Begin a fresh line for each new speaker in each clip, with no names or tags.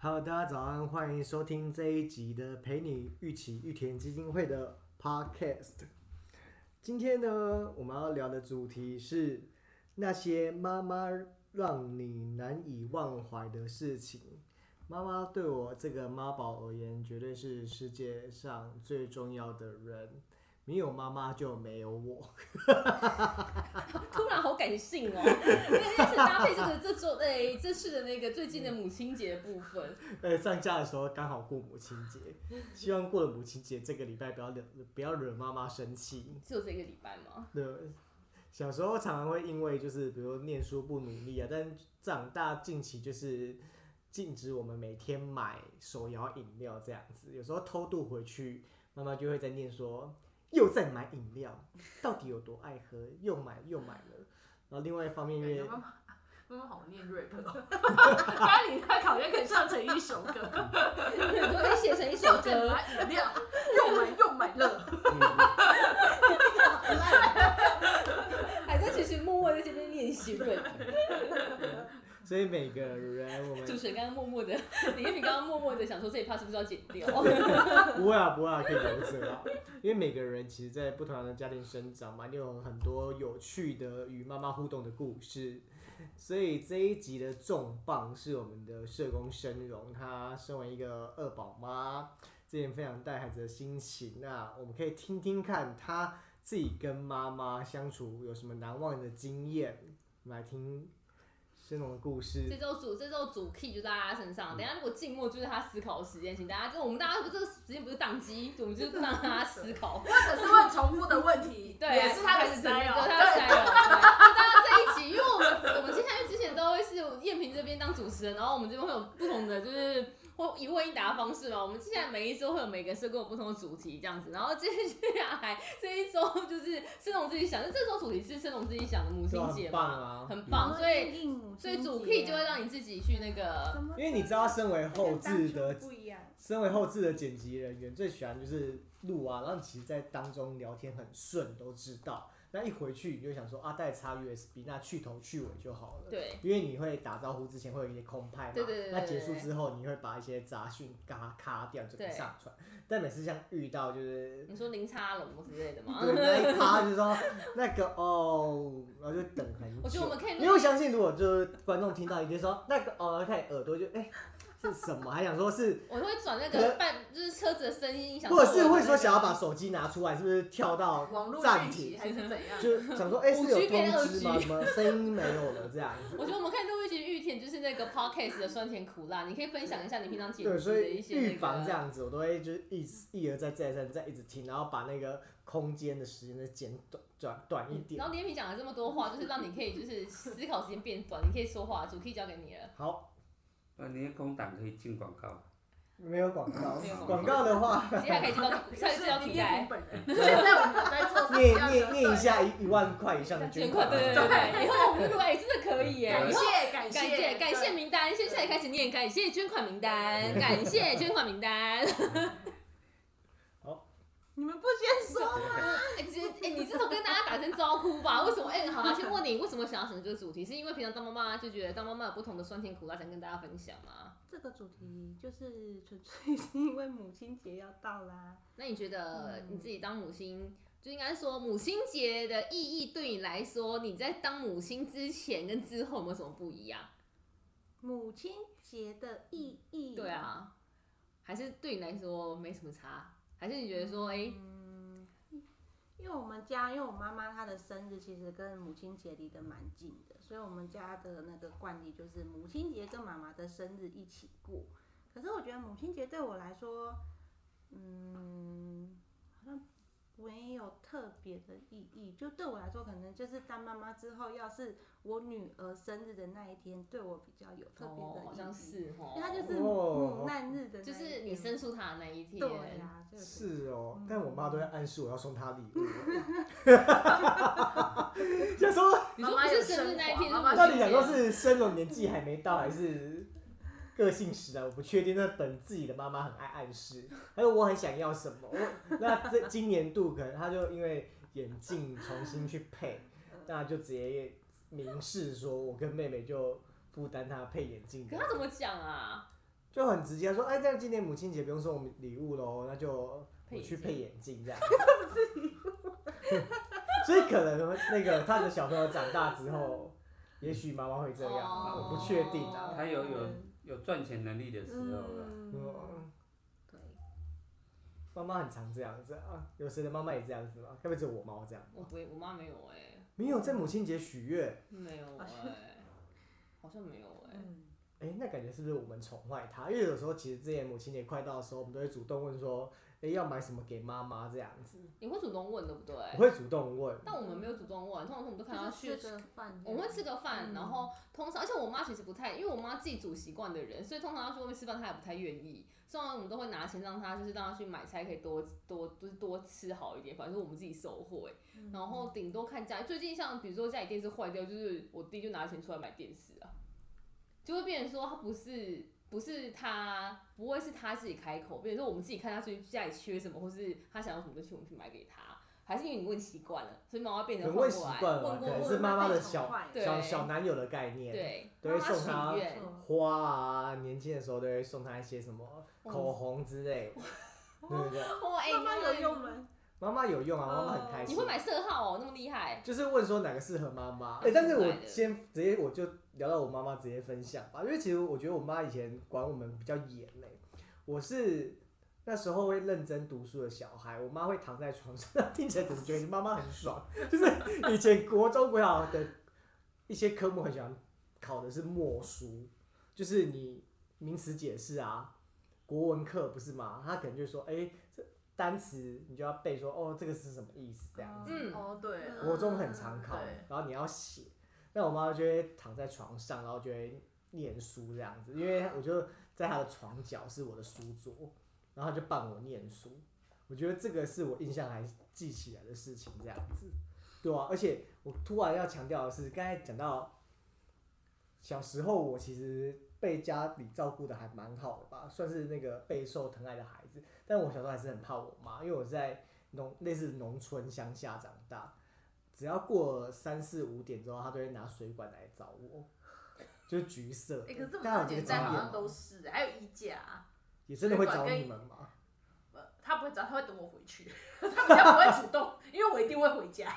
Hello，大家早安，欢迎收听这一集的陪你一起育田基金会的 Podcast。今天呢，我们要聊的主题是那些妈妈让你难以忘怀的事情。妈妈对我这个妈宝而言，绝对是世界上最重要的人。没有妈妈就没有我。
突然好感性哦，那开始搭配这个这周哎、这次的那个最近的母亲节部分，
呃，上架的时候刚好过母亲节，希望过了母亲节这个礼拜不要惹不要惹妈妈生气。
只有这个礼拜 吗？
对，小时候常常会因为就是比如念书不努力啊，但长大近期就是禁止我们每天买手摇饮料这样子，有时候偷渡回去，妈妈就会在念说又在买饮料，到底有多爱喝，又买又买了。然后另外一方面，因
感觉
为
妈妈妈妈好念 rap 哦，家里他考验可以唱成一首歌，
你就可哎以写成一首
又在
歌，
买饮料，又买又买了，
嗯
还哎在其实默默在这边练习对。
所以每个人我 们
主持人刚刚默默的，李艳萍刚刚默默的想说这一趴是不是要剪 掉？
不会啊，不会啊，可以留着啊。因为每个人其实，在不同的家庭生长嘛，你有很多有趣的与妈妈互动的故事。所以这一集的重磅是我们的社工申荣，她身为一个二宝妈，之前非常带孩子的心情啊，我们可以听听看她自己跟妈妈相处有什么难忘的经验。我们来听申荣的故事
这。周主这周主 key 就在大家身上。等一下如果静默就是他思考的时间，请大家，就我们大家这个时间不是宕机，我们就是让他思考。
或者是问重复的问题，
对，
也是他的
开始
时代
对，
哦。
他的 style，对就 大家这一集，因为我们我们接下来之前都会是燕萍这边当主持人，然后我们这边会有不同的就是或一问一答的方式嘛。我们接下来每一周会有每个社工有不同的主题这样子，然后接下来这一周就是盛龙自己想，就这周主题是盛龙自己想的母
就
亲节
很棒
嘛，
啊！
很棒，所
嗯
以
以
啊
所以主 key 就会让你自己去那个。
因为你知道，身为后置的
不一样，
身为后置的剪辑人员，最喜欢就是录啊，然后你其实，在当中聊天很顺，都知道。那一回去你就想说啊，带插 USB，那去头去尾就好了。
对，
因为你会打招呼之前会有一些空拍嘛，
对对对对
那结束之后你会把一些杂讯嘎咔掉，就不
对
上传。但每次像遇到就是。
你说零差龙之类的吗？
对，那一趴就 说那个哦，然后就等很久。
我 觉得我们可以录
因为我相信，如果就是观众听到一定说那个哦，看耳朵就哎、是什么？还想说是
我会转那
可
个半，就是车子的声音影响。
或者是会说想要把手机拿出来，是不是跳 到
网络
暂
讯息
停，
还是怎样？
就想说哎、是有
5G 变
通知吗？
2G
什么声音没有了这样子？
我觉得我们看《陆一集玉田》就是那个 podcast 的酸甜苦辣，你可以分享一下你平常剪
对，
辑
所
的一
以
些、那个、
预防这样子，我都会就是一一而再再而三再一直听，然后把那个空间的时间再减短短短一点
然。后连平讲了这么多话，就是让你可以就是思考时间变短，你可以说话，主 key 交给你了。
好，
那呃你的空档可以进广告，
没有广告
没有，
广
广告
告的 话，
接下来可以接到，下一次要
是
题
叶萍
来。
本人，现在我们在做什么
念
样
念
的
念一下一一万块以上的
捐
捐
款，
款，
对对对对，以后我们录哎，真的可以耶！
感
以后
谢感
感谢感谢名单，现在开始念，感谢捐款名单，感谢捐款名单。
你们不先说，
哎、其实哎，你至少跟大家打声招呼吧。为什么？哎、好啦，先问你为什么想要选这个主题，是因为平常当妈妈就觉得当妈妈有不同的酸甜苦辣，想跟大家分享吗？
这个主题就是纯粹是因为母亲节要到啦，
那你觉得
嗯
你自己当母亲，就应该说母亲节的意义对你来说，你在当母亲之前跟之后有没有什么不一样？
母亲节的意义，
对，啊，还是对你来说没什么差？还是你觉得说，哎、
嗯，因为我们家，因为我妈妈她的生日其实跟母亲节离得蛮近的，所以我们家的那个惯例就是母亲节跟妈妈的生日一起过。可是我觉得母亲节对我来说，嗯，好像没有特别的意义。就对我来说，可能就是当妈妈之后，要是我女儿生日的那一天，对我比较有嗯特别的
哦
意义。，
好像，是哦
因为，她就是
哦
母难日的那一天，
就是你生出他的那一天，
对呀、啊，所以我觉得
是哦
嗯，
但我妈都会暗示我要送她礼 物， 想说
你说不是生日那一天，
妈妈有
到底
两
想说是生龙年纪还没到，还是个性使然？我不确定。那本自己的妈妈很爱暗示，她说我很想要什么。我那这今年度可能她就因为眼镜重新去配，那就直接明示说我跟妹妹就负担她配眼镜
可
的，
他怎么讲啊？
就很很直接，他说哎，这样今年母亲节不用送我们礼物喽，那就
配
我
眼
去
镜
配眼镜 这样。所以可能那个他的小朋友长大之后，也许妈妈会这样，
哦
我不确定啊。
他有有
嗯
有赚钱能力的时候了，
嗯
对，
妈妈很常这样子啊，有谁的妈妈也这样子吗？该不会只有我妈这样？
我不，我妈没有哎、
没有在母亲节许愿，
没有哎、好像没有哎、
嗯，
哎、那感觉是不是我们宠坏她？因为有时候其实之前母亲节快到的时候，我们都会主动问说，哎、要买什么给妈妈这样子，
你会主动问对不对？
我会主动问。
但我们没有主动问，通常我们都看
就
她
是吃
去
个饭，
我们会吃个饭，
嗯
然后通常，而且我妈其实不太，因为我妈自己煮习惯的人，所以通常要去外面吃饭，她也不太愿意。虽然我们都会拿钱让她，就是让她去买菜，可以多多就是多吃好一点，反正我们自己受惠。
嗯
然后顶多看家，最近像比如说家里电视坏掉，就是我弟就拿钱出来买电视啊，就会变成说他不是。不是他，不会是他自己开口，变成说我们自己看他最近家里缺什么，或是他想要什么，就去我们去买给他，还是因为你问习惯了，所以妈妈变成
可能问
换过来
习惯了
问过
可能
问
是妈妈的小
对
小小男友的概念，，
对，
都会送
妈妈
她
许愿，
花啊，年轻的时候都会送她一些什么口红之类的，对不对？
哦，哎、
妈妈有用吗？
妈妈有用啊，妈妈很开
你
心。
会买色号哦，那么厉害。
就是问说哪个适合妈妈。哎、
嗯
但是
买
我
的
先直接我就聊到我妈妈直接分享吧，因为其实我觉得我妈以前管我们比较严嘞、我是那时候会认真读书的小孩，我妈会躺在床上听起来怎么觉得妈妈很爽？就是以前国中国小的一些科目很喜欢考的是默书，就是你名词解释啊。国文课不是吗？他可能就说，哎、这单词你就要背说，哦，这个是什么意思这样子。
嗯，
哦，对了，
国中很常考
对，
然后你要写，那我妈就会躺在床上，然后就会念书这样子，因为我就在她的床角是我的书桌，然后她就伴我念书，我觉得这个是我印象还记起来的事情，这样子，对啊，而且我突然要强调的是，刚才讲到小时候，我其实被家里照顾的还蛮好的吧，算是那个备受疼爱的孩子，但我小时候还是很怕我妈，因为我是在农类似农村乡下长大，只要过了三四五点之后，他都会拿水管来找我，就是橘色的。
哎，可是这么
大家有这
多
个
年
经
代好
验
像
吗？
都是，还有衣架啊。
也真的会
水管
找
跟
你们吗？
呃，他不会找，他会等我回去， 他比较不会主动，因为我一定会回家。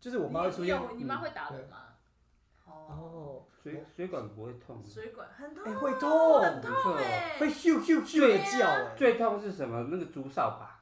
就是我妈会出
你
现嗯
有，你妈会打我
对
吗？
哦，
水水管不会痛，
水管很
哎、
痛，
会痛，
很
没错
痛啊哎、
会咻咻咻的叫、哎
最痛是什么？那个竹扫把，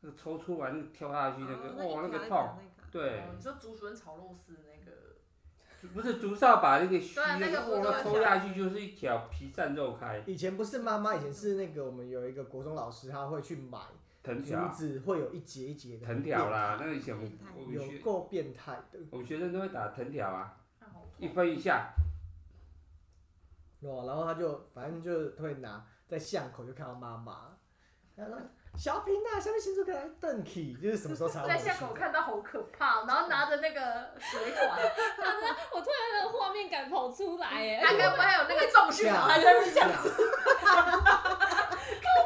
那个抽出来，那个跳下去那
哦
个，哇，那个痛。对
哦，你说竹笋炒肉丝那个，
不是竹扫把那个须，
对啊那个
哇
不是
它抽下去就是一条皮散肉开，
以前不是妈妈，以前是那个我们有一个国中老师，他会去买
藤
竹
条，
子，会有一节一节的
藤条啦，那个以前我
变态
我
变
们
态，有
学
够变态的，
我们学生都会打藤条啊，
那好
一
痛。
分一下，
哦，然后他就反正就会拿在巷口就看到妈妈，他说小平啊，小平行出给来邓启，就是什么时候才要
在
回
巷
去
口看到好可怕，哦然后拿着那个水管，
我突然那个画面感跑出来 哎，
他该不会还有那个重训，
吓
然后他在那边这样子。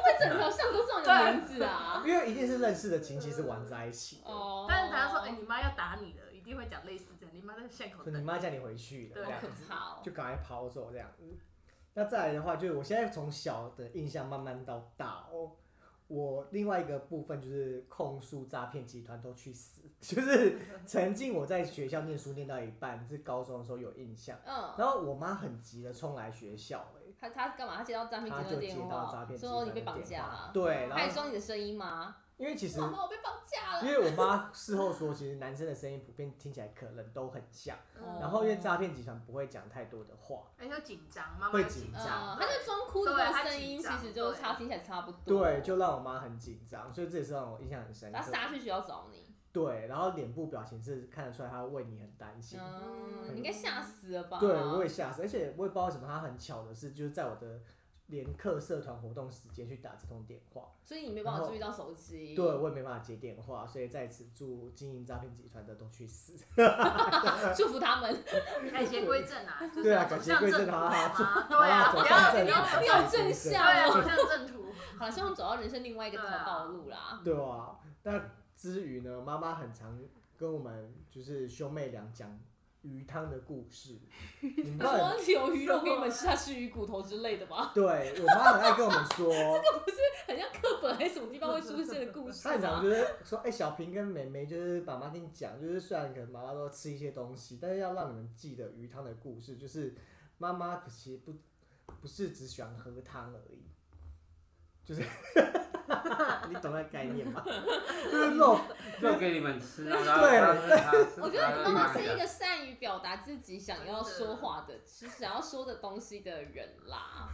会整条巷都知道你的名字啊。
因为一定是认识的亲戚是玩在一起的，
哦，
但是他说，哎、你妈要打你了，一定会讲类似这样，你妈在巷
说
口
你
等。
妈叫你回去了，
对啊
这
好
样
可怕哦。
就赶快跑走这样子。那再来的话，就是我现在从小的印象慢慢到大哦。我另外一个部分就是控诉诈骗集团都去死， 就是曾经我在学校念书念到一半，是高中的时候有印象，
嗯，
然后我妈很急的冲来学校、欸，
他他干嘛？他接到诈骗集
她
团的
就
电
接到诈
话哦
骗，集
说
团
你
的
被
电
绑架
话
了，，
对，
他
然
也
后
说你的声音吗？
因为其实
妈妈，我被绑架
因
了。
为我妈事后说，其实男生的声音普遍听起来可能都很像，
嗯
哦
然后因为诈骗集团不会讲太多的话，
哎，就紧张，妈妈
会
就
紧
紧
张
嗯，
张。
他就装哭的
对
那
她
个声音，
紧
其
张
实就
对
差听起来差不多。
对，就让我妈很紧张，所以这也是让我印象很深
他
刻。
杀去学校找你，
对，然后脸部表情是看得出来她为你很担心。
嗯，你应该吓死了吧？
对，我也吓死，而且我也不知道为什么她很巧的是，就是在我的连课社团活动时间去打这通电话，
所以你没办法注意到手机。
对我也没办法接电话，所以在此祝经营诈骗集团的都去 死。
祝福他们。
改邪归正啊，就是
对啊
要走
改邪
向
归正
正途
好好好
嘛对啊，
走
不
向
要
正
不
途
要
你有正向
对啊，
哦。
走向正途。
好了，希望走到人生另外一个条
对啊
道路啦。
对啊，那之余呢，妈妈很常跟我们就是兄妹俩讲鱼汤的故 事。你
你
们
说
很
有鱼肉给你们吃，它吃鱼骨头之类的吧？
对我妈很爱跟我们说，
很像课本还是什么地方会出现的故事
她
啊
很常
吗？
就是说，哎、小平跟美美就是妈妈跟你讲，就是虽然可能妈妈都吃一些东西，但是要让你们记得鱼汤的故事，就是妈妈其实不不是只喜欢喝汤而已，就是 你懂那概念吗？就是肉
肉给你们吃啊，然后
对
他喝他吃
我觉得妈妈是一
他买的
个善于表达自己想要说话的，是想要说的东西的人啦。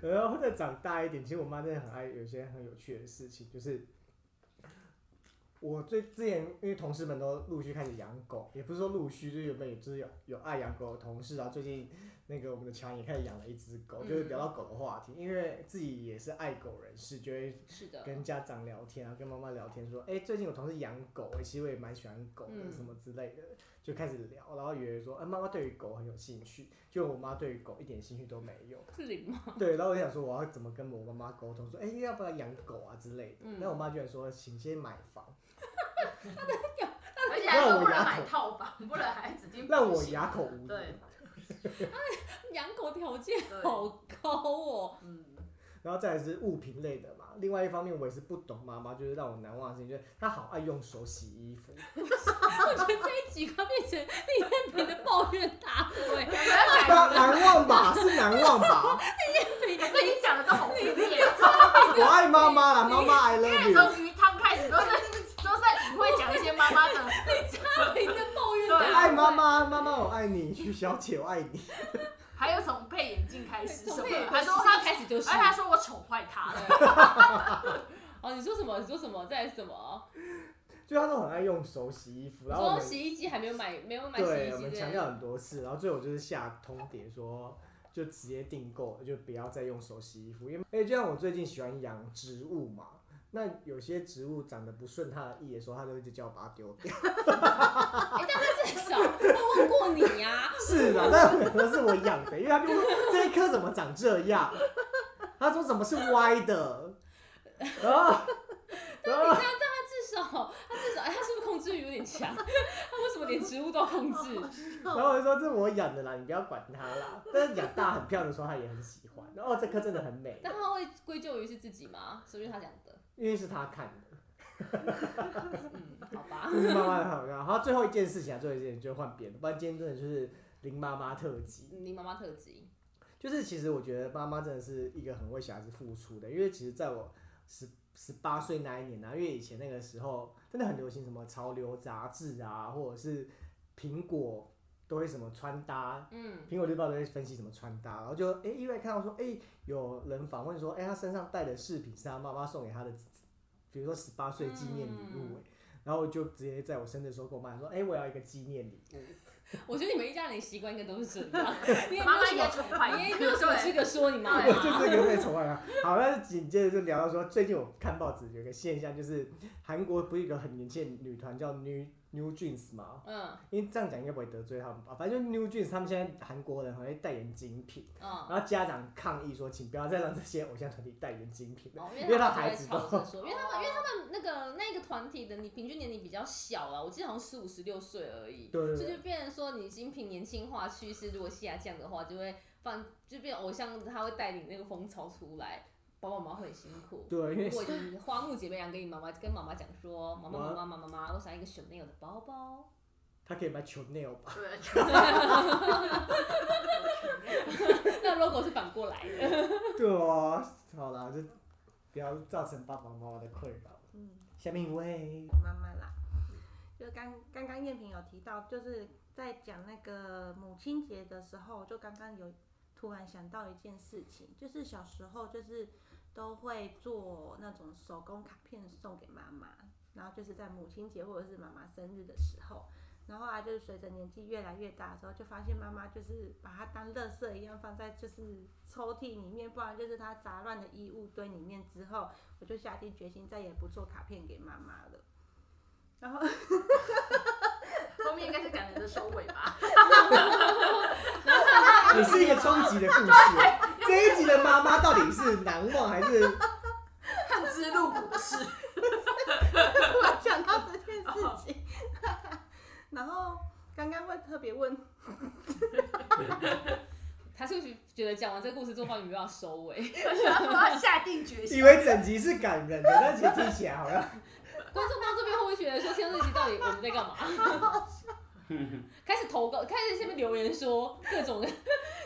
然呃后再长大一点，其实我妈真的很爱有一些很有趣的事情，就是我最之前因为同事们都陆续开始养狗，也不是说陆续，就是原本也就是有有爱养狗的同事啊，最近那个我们的强也开始养了一只狗，就是聊到狗的话题，因为自己也是爱狗人士，就会
是的，
跟家长聊天啊，跟妈妈聊天说，哎、最近我同事养狗、欸，其实我也蛮喜欢狗的，
嗯
什么之类的，就开始聊，然后以为说，哎、妈妈对于狗很有兴趣，就我妈对于狗一点兴趣都没有。
是零吗？
对，然后我就想说我要怎么跟我妈妈沟通，说哎、要不要养狗啊之类的。
嗯
那我妈居然说请先买房，
而且还说不能买套房， 不然孩子金
让我哑口无言。
对
养狗条件
对，
好高哦。
嗯，
然后再来是物品类的嘛。另外一方面，我也是不懂妈妈，就是让我难忘的事情，就是她好爱用手洗衣服。
我觉得这一集快变成李 彦平的抱怨大会。
感觉要改
那 难忘吧，是难忘吧。
名，可是你讲的都好负面。
我爱妈妈啦，妈妈 I
因
love
为
you。
从鱼汤开始都是 都是你会讲一些妈妈的，
阿平的抱怨大
我
会，
爱妈妈，妈妈我爱你，徐小姐我爱你。
还有从配眼镜开始什么
从配眼
的，哎
镜
他说他开始，
始就
而
是
且。他说我宠坏他了，
哦，你说什么？你说什么？再来什么？
就她都很爱用手洗衣服，
你
然后我
说
们
洗衣机还没有买，没有买洗衣
对，
机
我们
这
强
件
调很多次，然后最后就是下通牒说，就直接订购，就不要再用手洗衣服，因为因为就像我最近喜欢养植物嘛，那有些植物长得不顺它的意的时候，它就一直叫我把它丢掉。
哎、但是至少我问过你呀、
是的，那可能是我养的，因为它就说这一棵怎么长这样，他说怎么是歪的， 然后然后
他至少他至少哎、他是不是控制欲有点强？ 他为什么连植物都要控制？
然后我就说这是我养的啦，你不要管它啦。但是养大很漂亮的时候，它也很喜欢。然后哦这棵真的很美，
但他会归咎于是自己吗？是不是他讲的？
因为是他看的。
嗯，好吧。
就是慢慢的好，然后最后一件事情啊，最后一件事情就换别的，不然今天真的就是林妈妈特辑。
你妈妈特辑，
就是其实我觉得妈妈真的是一个很为小孩子付出的，因为其实在我十十八岁那一年啊，因为以前那个时候真的很流行什么潮流杂志啊，或者是苹果都会什么穿搭
嗯，
苹果日报都会分析怎么穿搭，然后就哎、诶意外看到说，哎、有人访问说，哎、他身上带的饰品是他妈妈送给他的，比如说十八岁纪念礼物、诶然后我就直接在我生日的时候跟我妈说，哎、我要一个纪念礼物，
我觉得你们一家人的习惯应该都是这样，你也没有
妈妈
什
应该
么，
宠坏
你
你
也没有什么资格说你妈
对
就
妈。
是一个被宠坏了。好，那紧接着就聊到说，最近我看报纸有一个现象，就是韩国不是有一个很年轻的女团叫 New New Jeans 吗？
嗯
因为这样讲应该不会得罪他们吧，反正就 New Jeans 他们现在韩国人很会代言精品。
嗯，
然后家长抗议说，请不要再让这些偶像团体代言精品了。
哦，
因为
因
他
们
孩
就
子
在
都
吵着说，因为他们因为
为他们
那个那个团体的你平均年龄比较小啊了，我记得好像十五十六岁而已，
对对
所
对
以就变成说你精品年轻化趋势如果下降的话，就会放就变偶像他会带领那个风潮出来，爸爸妈妈会很辛苦。
对，因为
如果你花木姐妹俩跟你妈妈跟妈妈讲说，妈妈
我
妈妈妈妈妈，我想要一个 Chanel 的包包，
他可以买 Chanel 吧？
对，
那 logo 是反过来的。
对啊，好啦，就不要造成爸爸妈妈的困扰。
嗯
下面一位，
妈妈啦。就刚刚刚燕平有提到，就是在讲那个母亲节的时候，就刚刚有突然想到一件事情，就是小时候就是都会做那种手工卡片送给妈妈，然后就是在母亲节或者是妈妈生日的时候。然后啊，就是随着年纪越来越大的时候，就发现妈妈就是把它当垃圾一样放在就是抽屉里面，不然就是她杂乱的衣物堆里面。之后，我就下定决心再也不做卡片给妈妈了。然后
后面应该是感人的收尾吧。
也是一个终极的故事。哦这一集的妈妈到底是难忘还是
恨之入骨的事，
突然想到这件事情，然后刚刚会特别问，
他是不是觉得讲完这个故事之后，话没办法收尾？
我要下定决心
以。为整集是感人的，但其实听起来好像
观众到这边会不会觉得说，现在这集到底我们在干嘛？开始投稿，开始下面留言说各种的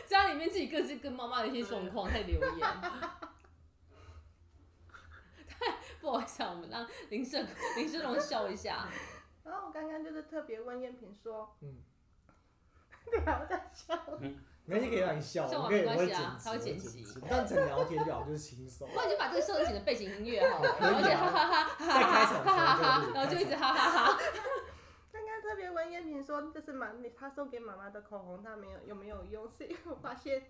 家里面自己各自跟妈妈的一些状况在留言。太不好意思啊，我们让林胜林胜荣笑一下。
然后我刚刚就是特别问燕平说，
嗯，
对啊，我在笑，
没关系可以让你笑，
笑
我们
完
可以
没
我
关
会
系
剪
啊
辑，
他会
我
剪
辑
辑，
但整聊天就好，就是轻 松。
不然你就把这个设成你的背景音乐好了，
可以啊
而且哈哈哈哈
在开
哈
场
哈哈
的时候就，是
哈 然后就一直哈哈哈。
刚刚特别问燕平说，这是妈他送给妈妈的口红，她没有有没有用？是因为我发现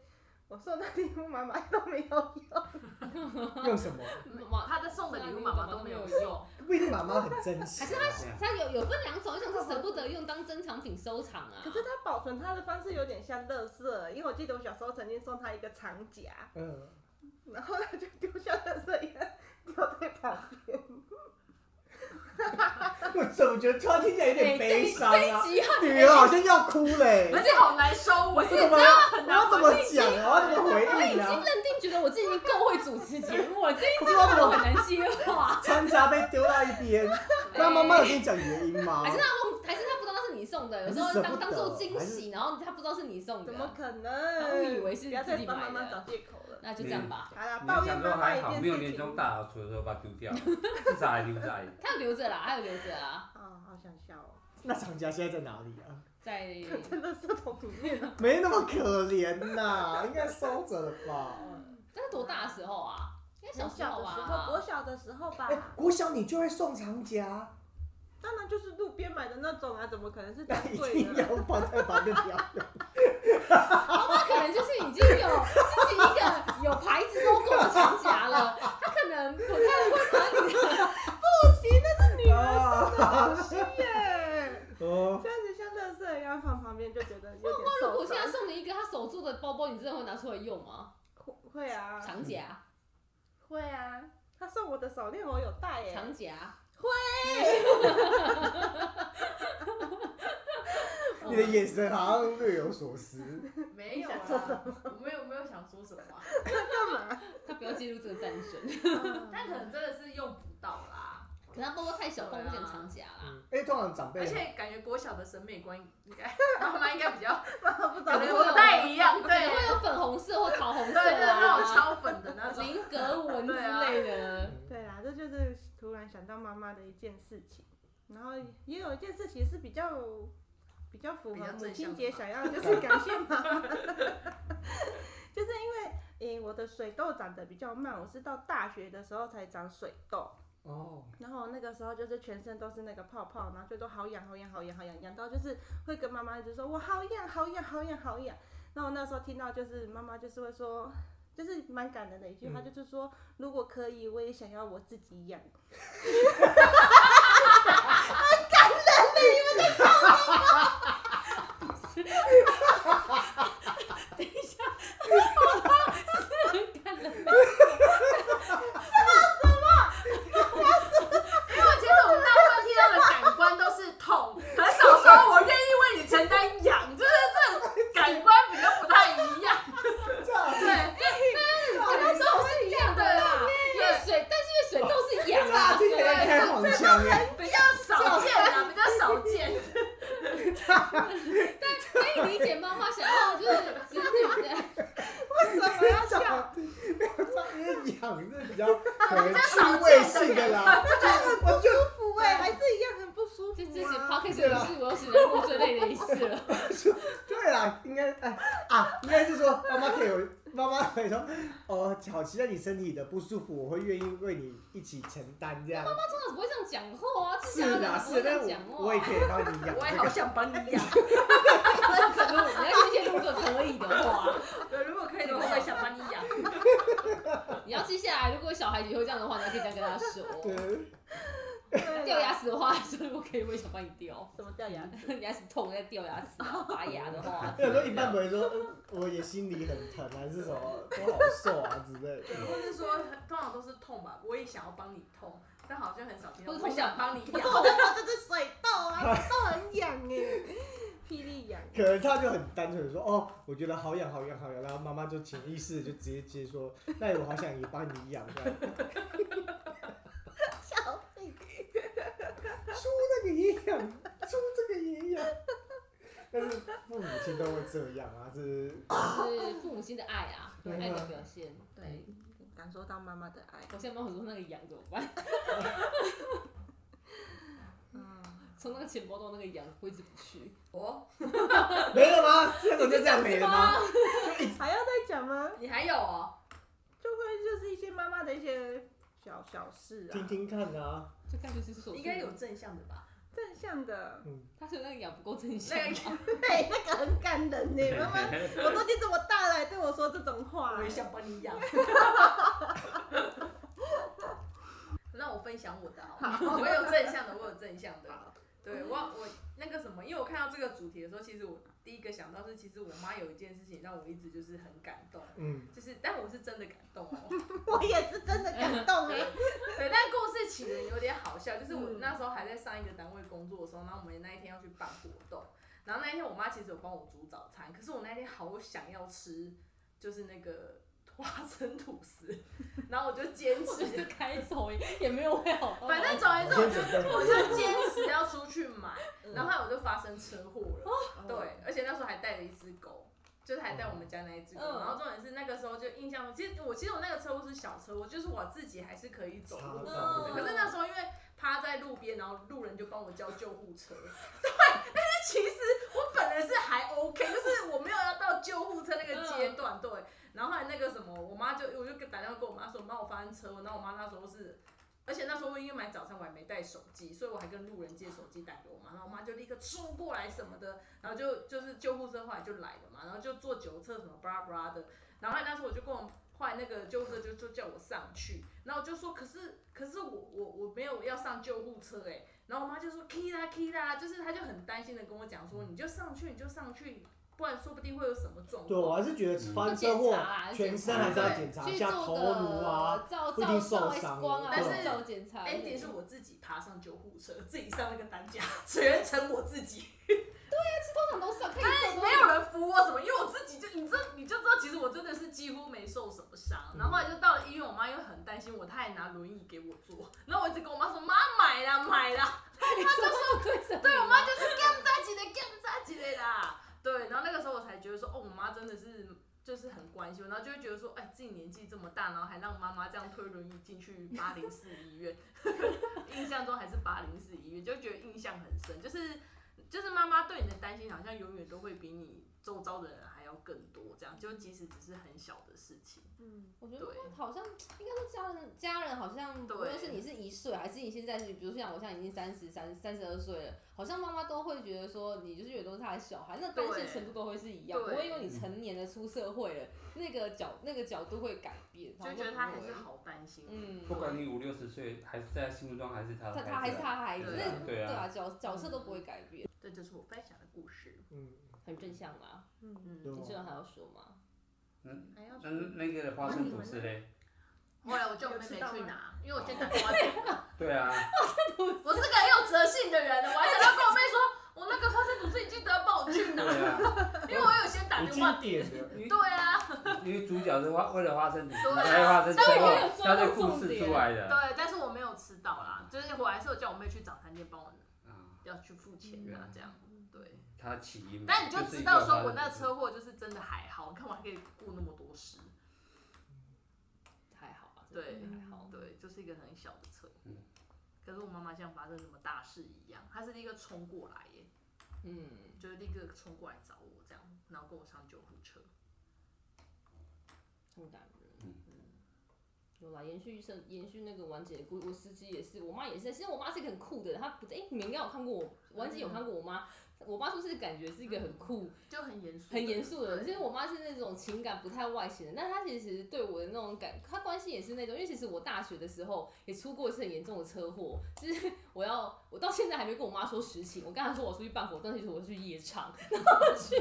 我送的礼物妈妈都没有用，
用什么？
妈
他的送的礼物妈妈都没有 用，
不一定妈妈很啊珍惜
还是。他他有有分两种，一种是舍不得用当珍藏品收藏啊，
可是她保存它的方式有点像垃圾，因为我记得我小时候曾经送她一个长夹，
嗯，
然后她就丢下垃圾一样丢在旁边。
我怎么觉得突然听起来有点悲伤
哎这一
啊？
集啊，
女儿好像要哭嘞、
而且好难收
我。
尾
怎么我要怎么讲啊？我要怎么回
我已
应
经
啊？
认定觉得我自己已经够会主持节目了，这一集我 很难接话。
穿插被丢到一边，那妈妈有跟你讲原因吗
还？是他忘，还是他不知道是你送的，有时候当当做惊
还是
喜，然后他不知道是你送
怎
的，
么可
他误
能？
以为是自己
不要再帮
买
妈妈
的
找借口了。
那就这样吧。
好啦，
你
抱
要
怨
想说
妈妈
还
一
好，
件
没有
事
年终
情。
大扫除的时候把它丢掉，至少还留下来。
他有留着啦，他有留着啊，
啊，好想笑哦，
那厂家现在在哪里啊？
在
真的是桶里面啊。
没那么可怜呐、应该收着了吧？
那是多大的时候啊？应该小
小
时
小
候
的时候，
吧
我。小的时候吧
哎、，国小你就会送长夹，
当然就是路边买的那种啊，怎么可能是专
一
柜
定
的？
要放在旁边表演。
妈妈哦可能就是已经有自己一个有牌子 logo 的长夹了，他可能不太会把你的。
女儿送的东西耶，
哦，
这样子像垃圾一样放旁边，就觉得有点
如果
受
我现在
伤。
送你一个他手做的包包，你真的会拿出来用吗？
会会啊，
长夹，
会啊。他送我的手链，我有戴耶。
长夹，
你的眼神好像略有所思。
没有啊，我没有没有想说什么啊，
他不要介入这个战 争。
但可能真的是用不到啦。
可他包包太小，放不进长夹啦。
哎、通常长辈
而且感觉国小的审美观应该， 妈妈应该比较
我不
可
能
懂
能
会有
不太一样，
可
对
能会有粉红色或桃红
对
色
对，那种
啊，
超粉的那种。
菱格纹之类的。
对啦，这就是突然想到妈妈的一件事情，然后也有一件事情是比较比较符合
比较
母
正
亲
向
节
的
想要，就是感谢妈妈， 就是因为诶、我的水痘长得比较慢，我是到大学的时候才长水痘，
哦，
然后那个时候就是全身都是那个泡泡，然后就都好痒好痒好痒好痒，痒到就是嗯会跟妈妈一直说我好痒好痒好痒好痒。那我那时候听到就是妈妈就是会说，就是蛮感人的一句话，
嗯
就是说如果可以，我也想要我自己痒。
等一下，我看了 没？
因为其实我们大部分听到的感官都是痛，很少说我愿意为你承担痒，就是这种感官比较不太一样。
这样
对，
哦
哦
感受是一样的啦。越啊水，但是越水都是痒啊
啊，，听起来开黄腔哎，
比较少见啊，比较少见。
可以理解妈妈想要就是子 女的。
为什么要笑？
长因为养是比较可能趣
少
味
见
性
的
的啦，就是我就
不会，还是一样很不舒服、
这
啊。
这集 podcast 也是我有史以来录最累 的一次了。
对啦，应该哎啊，应该是说妈妈可以有妈妈可以说哦，好期待你身体的不舒服，我会愿意为你一起承担这样。
妈通常不会这样讲话啊，
是
自家人
啦，
不
是啦，
会这
但
样
是
讲话。
我我也可以帮你养
我也
这
好
个。
想帮你痒，
你要先录个可以的话，
对，如果可以的话，我也想帮你痒。
你要记下来。如果小孩以后这样的话，你还可以这样跟他说。
对
对啊
掉牙
齿？
齿的话，所以我可以，我也想帮你掉。
什么掉 牙齿？
牙齿痛在掉牙齿啊，拔牙的话，
有时候一般不会说，嗯我也心里很疼，还是什么都好受啊之类的。
对，或是说通常都是痛吧，我也想要帮你痛，但好像很少听到
或是
我想帮你
可
痒
是。我在说这是水痘啊，痘很痒哎。 霹雳痒，
可能他就很单纯的说，哦，我觉得好痒好痒好痒，然后妈妈就潜意识地就直接接说，那我好想也帮你养这样，
小病。
出那个也痒，出这个也 痒，但是父母亲都会这样啊，这是
就是父母亲的爱啊，对
对
爱的
啊
表现。
对，感受到妈妈的爱。
我现在帮我说那个羊怎么办？
嗯，
从那个钱包到那个羊挥之不去。
我
啊没了吗？这个就这样没了吗？
还要再讲吗？
你还有哦，
就会就是一些妈妈的一些小小事
听
啊，
听看啊，
就感觉是手术
应该有，正向的吧？
正向的。
嗯，
他说那个羊不够正向
那
吧。
个
对，那个很感人呢。妈妈，我都你怎么大了还对我说这种话
我也？想帮你养。 那我分享我的好了，我有正向的，我有正向的。对我我那个什么，因为我看到这个主题的时候，其实我第一个想到是，其实我妈有一件事情让我一直就是很感动，
嗯，
就是但我是真的感动哦。
我也是真的感动 哎。
对，但故事起源有点好笑，就是我
嗯
那时候还在上一个单位工作的时候，然后我们那一天要去办活动，然后那一天我妈其实有帮我煮早餐，可是我那天好想要吃，就是那个 花生吐司，然后我就坚
我
持
觉，得开走也没有会好到哪
反
里。
正总而言
先
之，我就
准备
我就坚持要出去买，
嗯
然后后来我就发生车祸了。对，，而且那时候还带了一只狗，就是还带我们家那一只狗。
嗯
然后重点是那个时候就印象中，其实我其实我那个车祸是小车祸，就是我自己还是可以走路
查
的。
找
可是那时候因为趴在路边，然后路人就帮我叫救护车。 对，但是其实我本人是还 OK，就是我没有要到救护车那个阶段。对，然后后来那个什么，我妈就我就打电话跟我妈说，妈我发生车祸，然后我妈那时候是。而且那时候因为买早餐我还没带手机，所以我还跟路人借手机打给我妈，然后我妈就立刻冲过来什么的，然后就就是救护车后来就来了嘛，然后就坐酒测什么巴拉巴拉的，然后后来那时候我就跟我后来那个救护车就就叫我上去，然后我就说可是可是我我我没有要上救护车哎、然后我妈就说 Kira Kira，就是她就很担心的跟我讲说你就上去你就上去，不然说不定会有什么状
对我
况。
还是觉得发生车祸
要检查啊，
全身还是要检查一
去
下
做
头
个
颅啊，
照
不一定受
照照
伤
X 光啊，
但是
或者照检查。哎
ending 是我自己爬上救护车，自己上那个担架，全程我自己。
通常都
哎
是啊可以做
没有人扶我什么，因为我自己就你这你就知道，其实我真的是几乎没受什么伤。然后后来就到了医院，我妈又很担心我，她还拿轮椅给我坐。然后我一直跟我妈说：“妈，买啦买啦，
他 就说
对我妈就是干扎几的干扎几的啦。”对，然后那个时候我才觉得说，哦，我妈真的是就是很关心我，然后就会觉得说，哎，自己年纪这么大，然后还让妈妈这样推轮椅进去八零四医院， 印象中还是八零四医院，就觉得印象很深，就是就是妈妈对你的担心好像永远都会比你周遭的人还要更多，这样就即使只是很小的事情，
嗯，
我觉得
对
好像应该说家人，家人好像无
对
论是你是一岁，还是你现在是，比如像我现在已经三十三、三十二岁了，好像妈妈都会觉得说你就是远都是他的小孩，那担心
对
程度都会是一样，不
对
会因为你成年的出社会了，那个角那个角度会改变，好
就
像
觉得
不
她还
会
是好担心。
嗯
不管你五六十岁，还是在心目中还是他
他
的孩子
他还是
啊。
他孩子，
对啊
那
对啊
角角色都
嗯
不会改变，
对，这是我分享的故事。
嗯，
很正向嘛。
对
嗯，
你这
哦
样还要说吗？
还要
那那个花生吐司嘞？
后来我叫我妹妹去拿，因为我先打电话给她
对啊，
我是个很有责性的人，我还想要跟我妹说，我那个花生吐司你记得帮我去拿
对，啊，
因为我有先打
你
电
经
话。
典的，
因为
对啊，
因为主角是花为了花生吐司，
对啊
才会发生车
但我没有，抓
祸
到
他的故事出来的。
对，但是我没有吃到啦，就是我还是有叫我妹去早餐店帮我
啊，
要去付钱啊，这样。对，
他起因嘛。
但你就是
一
知
个
道
花
说
生
我那
吐司
车祸就是真的还好，你看我还可以顾那么多事。
还好啊，
对
真的还好。
对，就是一个很小的车祸
嗯。
可是我妈妈像发生什么大事一样，她是立刻冲过来耶，
嗯，
就是立刻冲过来找我这样，然后跟我上救护车。
很感人。嗯有啦，延续生延续那个完结的故事，我司机也是，我妈也是。啊其实我妈是一个很酷的人，她不哎、你们应该有看过我，完结有看过我妈。我妈就是感觉是一个很酷、
就很严肃，
很严肃的人。其实我妈是那种情感不太外显的，但她其实对我的那种感，她关系也是那种。因为其实我大学的时候也出过一次很严重的车祸，就是我要我到现在还没跟我妈说实情。我跟她说我出去办活动，其实我去夜场， 然后去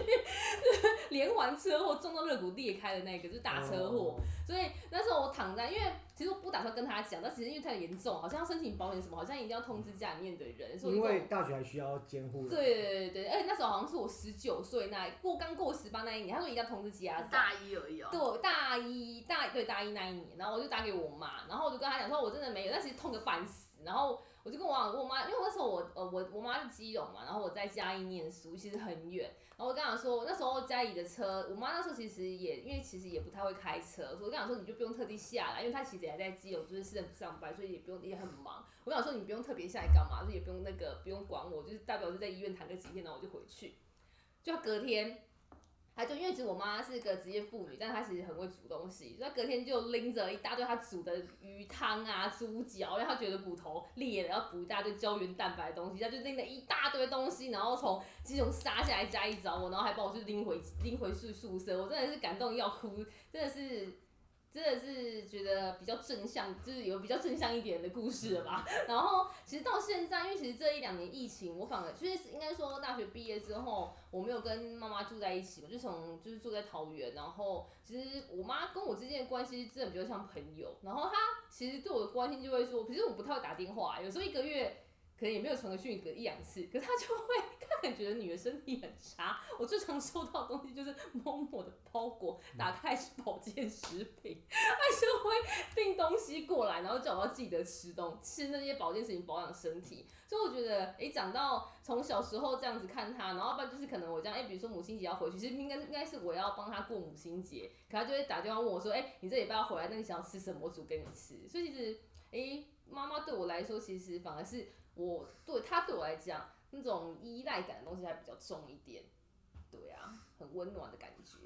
连环车祸撞到肋骨裂开的那个，就是大车祸。
哦，
所以那时候我躺在，因为其实我不打算跟他讲，但其实因为太严重，好像要申请保险什么，好像一定要通知家里面的人，所以
因
我就
为大学还需要监护人，
对对对对，而且那时候好像是我十九岁那一过刚过十八那一年，他说一定要通知家长。
大一而已哦。
对，我大一大对大一那一年，然后我就打给我妈，然后我就跟她讲说，我真的没有，但其实痛个半死。然后我就跟我妈我妈，因为那时候我呃我我妈是基隆嘛，然后我在嘉义念书，其实很远。然后我跟她说，我那时候家里的车，我妈那时候其实也因为其实也不太会开车，所以我跟她说你就不用特地下来，因为她其实也还在基隆，就是市政府上班，所以也不用也很忙。我跟她说你不用特别下来干嘛，就也不用那个不用管我，就是代表就在医院躺个几天，然后我就回去。就她隔天，她就因为其实我妈是个职业妇女，但她其实很会煮东西，所以她隔天就拎着一大堆她煮的鱼汤啊、猪脚，然后她觉得骨头裂了，要补一大堆胶原蛋白的东西，她就拎了一大堆东西，然后从基隆杀下来家里找我，然后还把我去拎回拎回宿宿舍，我真的是感动要哭，真的是。真的是觉得比较正向，就是有比较正向一点的故事了吧。然后其实到现在，因为其实这一两年疫情，我反而就是应该说大学毕业之后，我没有跟妈妈住在一起嘛，就从就是住在桃园。然后其实我妈跟我之间的关系真的比较像朋友，然后她其实对我的关心就会说，其实我不太会打电话，有时候一个月。可能也没有传个讯个一两次，可是她就会，她可能觉得女的身体很差。我最常收到的东西就是某某的包裹，打开是保健食品，就会订东西过来，然后叫我要记得吃东吃那些保健食品保养身体。所以我觉得，诶，长到从小时候这样子看他，然后要不然就是可能我这样，诶，比如说母亲节要回去，其实应该是应该是我要帮他过母亲节，可他就会打电话问我说，诶，你这礼拜要回来，那你想要吃什么，我煮给你吃。所以其实，诶，妈妈对我来说，其实反而是我对她对我来讲，那种依赖感的东西还比较重一点。对啊，很温暖的感觉。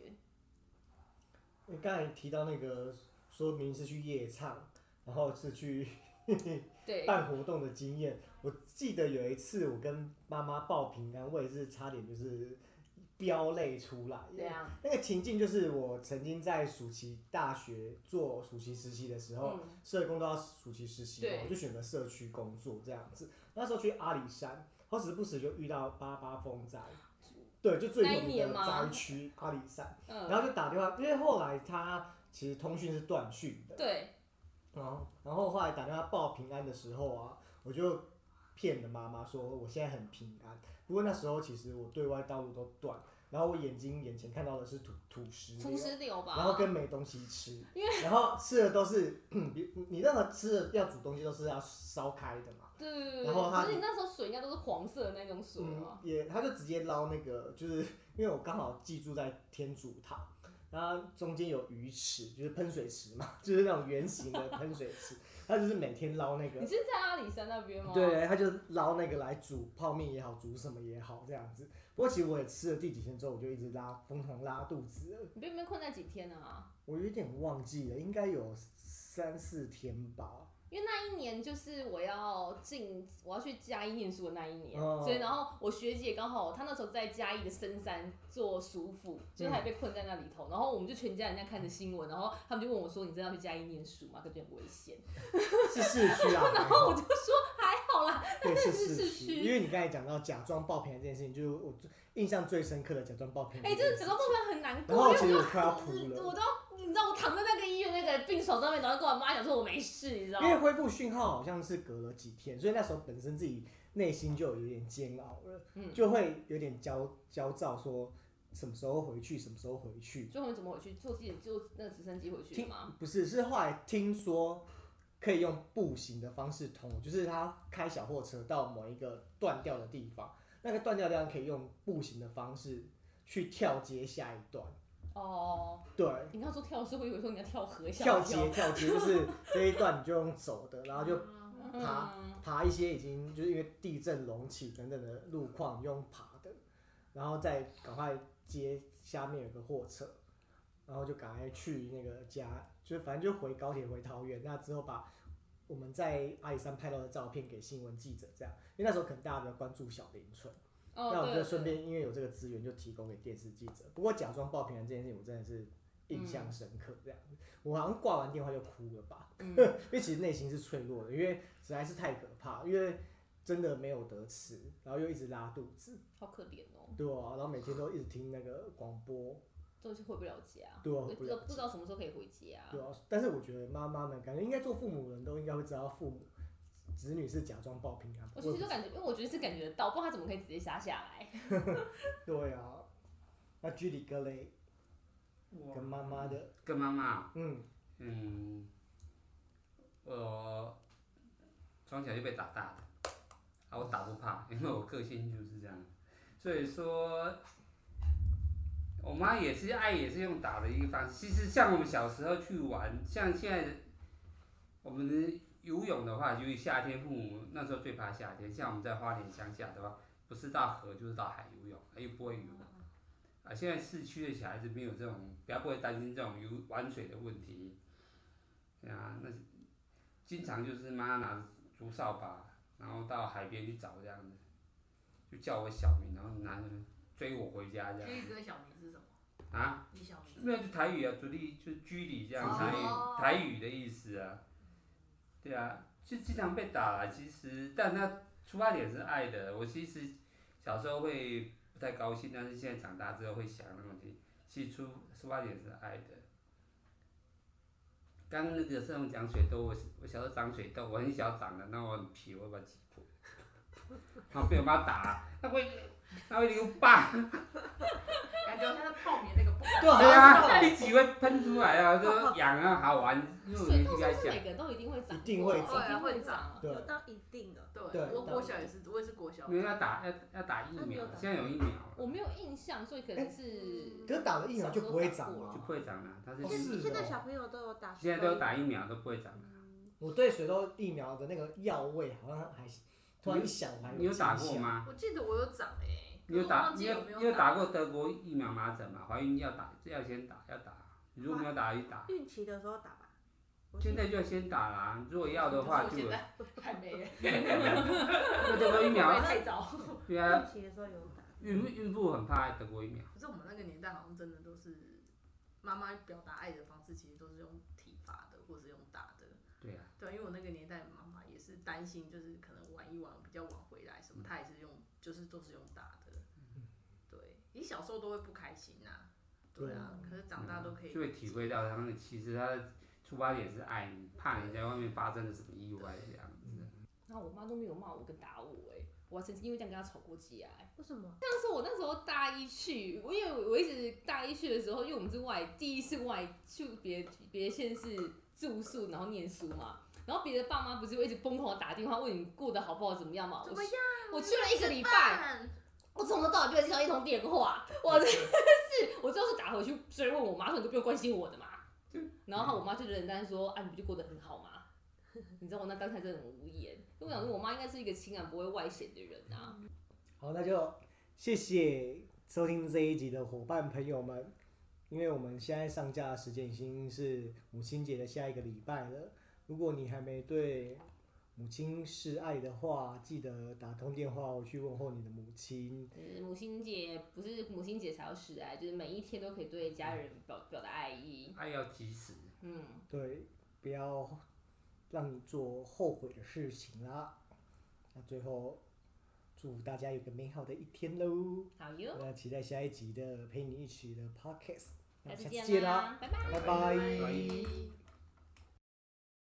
你刚才提到那个说明是去夜唱，然后是去
对，
办活动的经验。我记得有一次我跟妈妈报平安，我也是差点就是飙泪出来。
对啊，
那个情境就是我曾经在暑期大学做暑期实习的时候，
嗯，
社工都要暑期实习嘛
对，
我就选择社区工作这样子。那时候去阿里山，好时不时就遇到八八风灾，对，就最有
那一
名
年
的
吗
灾区阿里山。
嗯
然后就打电话，因为后来他其实通讯是断讯的，
对，
然后然后后来打电话报平安的时候啊，我就骗了妈妈说我现在很平安，不过那时候其实我对外道路都断，然后我眼睛眼前看到的是土土石
厨
流。
师流吧。
然后跟没东西吃
因，
然后吃的都是嗯你你任何吃的要煮东西都是要烧开的嘛，
对对对对，
然后它
可是你那时候水应该都是黄色的那种水哦
嗯
吗？，
也他就直接捞那个，就是因为我刚好寄住在天主堂，然后中间有鱼池，就是喷水池嘛， 就是那种圆形的喷水池，他就是每天捞那个
你，是在阿里山那边吗？，
对，他啊就捞那个来煮泡面也好，煮什么也好这样子。不过其实我也吃了第几天之后，我就一直拉，疯狂拉肚子了，
你被没困在几天啊？
我有点忘记了，应该有三四天吧。
因为那一年就是我要进，我要去嘉义念书的那一年，
哦
所以然后我学姐刚好她那时候在嘉义的深山做叔父，就是
嗯
还被困在那里头，然后我们就全家人在看着新闻，然后他们就问我说：“你真的要去嘉义念书吗？感觉很危险。
是市区啊，然”
然后我就说：“还好啦，
对是
是
市
市
区，
区
因为你刚才讲到假装爆偏这件事情，就是我最印象最深刻的假装爆偏。
哎、这个整个梦想很难
然后
过，因
其实我
为我嗯
快要哭了
我都你知道我躺在那个医院那个病床上面，然后跟我妈讲说我没事，你知道
因为
吗？
恢复讯号好像是隔了几天，所以那时候本身自己内心就有点煎熬了，
嗯
就会有点焦焦躁，说什么时候回去，什么时候回去。
最后你怎么回去？坐自己坐那个直升机回去
听
吗？
不是，是后来听说可以用步行的方式通，就是他开小货车到某一个断掉的地方，那个断掉的地方可以用步行的方式去跳接下一段。
哦，
对，
你刚刚说跳的时候，我以为说你要跳河下
跳
来
街跳街就是这一段你就用走的，然后就
嗯
爬
嗯，
爬一些已经就是因为地震、隆起等等的路况用爬的，然后再赶快接下面有个货车，然后就赶快去那个家，就是反正就回高铁回桃园，那之后把我们在阿里山拍到的照片给新闻记者，这样，因为那时候可能大家比较关注小林村，
哦，
那我们就
对
顺便因为有这个资源就提供给电视记者。不过假装报平安这件事情，我真的是印象深刻，这样子，我好像挂完电话就哭了吧。
嗯
因为其实内心是脆弱的，因为实在是太可怕，因为真的没有得吃，然后又一直拉肚子，
好可怜哦，
对啊，然后每天都一直听那个广播，
都是回不了家，
对啊
我
回
也
不
不
了
知道
家
不知道什么时候可以回家。
对啊。但是我觉得妈妈们感觉应该做父母的人都应该会知道，父母子女是假装报平啊安。
我其实就感觉，因为我觉得是感觉得到，不然他怎么可以直接杀下来？
对啊，那居里格雷
我
跟妈妈的，
跟妈妈，
嗯，
嗯，呃我从小就被打大的，啊，我打不怕，因为我个性就是这样，所以说，我妈也是爱，也是用打的一个方式。其实像我们小时候去玩，像现在我们游泳的话，由于夏天父母那时候最怕夏天，像我们在花莲乡下的话，不是到河就是到海游泳，又不会游。啊，现在市区的小孩子没有这种，比较不会担心这种游玩水的问题。对啊，那经常就是妈拿着竹扫把，然后到海边去找这样子，就叫我小名，然后拿着追我回家这样
居里哥小名是什么？
啊。
你小名？
那就台语啊，主力就是居里这样，台语、
哦
台语的意思啊。对啊，就经常被打啦。其实，但他出发点是爱的。我其实小时候会不太高兴，但是现在长大之后会想那种题，其实出出发点是爱的。刚刚那个是用长水痘，我是我小时候长水痘，我很小长的，那我很皮，我把它挤 破，然后被我妈打，那会那会留疤。
感觉好像是泡棉那个布。
对
对
啊，
啊，一挤会喷出来啊，就痒啊，好玩，因为我
水
们
痘
应
是
该
不是
讲
每个人都一定会长，
一定会
一
长
定啊会
长
长。
对
有到一定的，
对
对，我国小也是，我也是国小。
没有要打要要打疫苗，现在有疫苗了，
我没有印象，所以可
哎
能是
可是打了疫苗就不会长
就
啊
吗？
不会长了。它是
哦是
现在
哦
小朋友都有打，嗯
现在都打疫苗都不会长了。
我对水痘疫苗的那个药味好像还突然一想，我还
你有打
印
过
象？
吗？
我记得我有长哎，
你
可是
有
我
打
忘
你
记有
有
没
你有
打
打过德国疫苗麻疹吗？怀孕要打，要先打要打，你如果没有打就打，
孕期的时候打吧。我
现
记得
在就要先打啦。如果要的话
可
就是
我现在还没 耶，
那德国疫
会不
苗，
会太早。
对啊，
孕期的时候有打，
孕孕妇很怕德国疫苗，
可是我们那个年代好像真的都是妈妈表达爱的方式，其实都是用体罚的，或是用打的。
对啊，
对，因为我那个年代妈妈也是担心，就是可能玩一玩比较晚回来
嗯
什么，她也是用就是都是用打的。对，你小时候都会不开心呐、对啊，可是长大都可以
就。会体会到他们其实他的出发点是爱你，怕你在外面发生了什么意外这样子。
然后我妈都没有骂我跟打我、欸，哎，我还曾经因为这样跟她吵过架、欸。
为什么？
但是我那时候大一去，我因为我一直大一去的时候，因为我们是外第一次外去别别县市住宿，然后念书嘛。然后别的爸妈不是会一直疯狂地打电话问你过得好不好怎么样嘛？
怎么样？
我去了一个礼拜，我从头到尾没有接到一通电话， 我真的是，我最后是打回去追问我妈说你都不用关心我 的嘛。然后我妈就冷淡说啊，你不就过得很好吗？ 你知道我那当下真的很无言，因为我想说我妈应该是一个情感不会外显的人啊。
好，那就谢谢收听这一集的伙伴朋友们，因为我们现在上架的时间已经是母亲节的下一个礼拜了。如果你还没对母亲示爱的话，记得打通电话回去问候你的母亲。
就是母亲节不是母亲节才要示爱，就是每一天都可以对家人表表达爱意。
爱要及时，
嗯，
对，不要让你做后悔的事情啦。那最后，祝大家有个美好的一天喽！
好哟，
那期待下一集的陪你一起的 podcast，那我们
下次
下次
见
见啦，
啦，拜拜。
拜拜
拜拜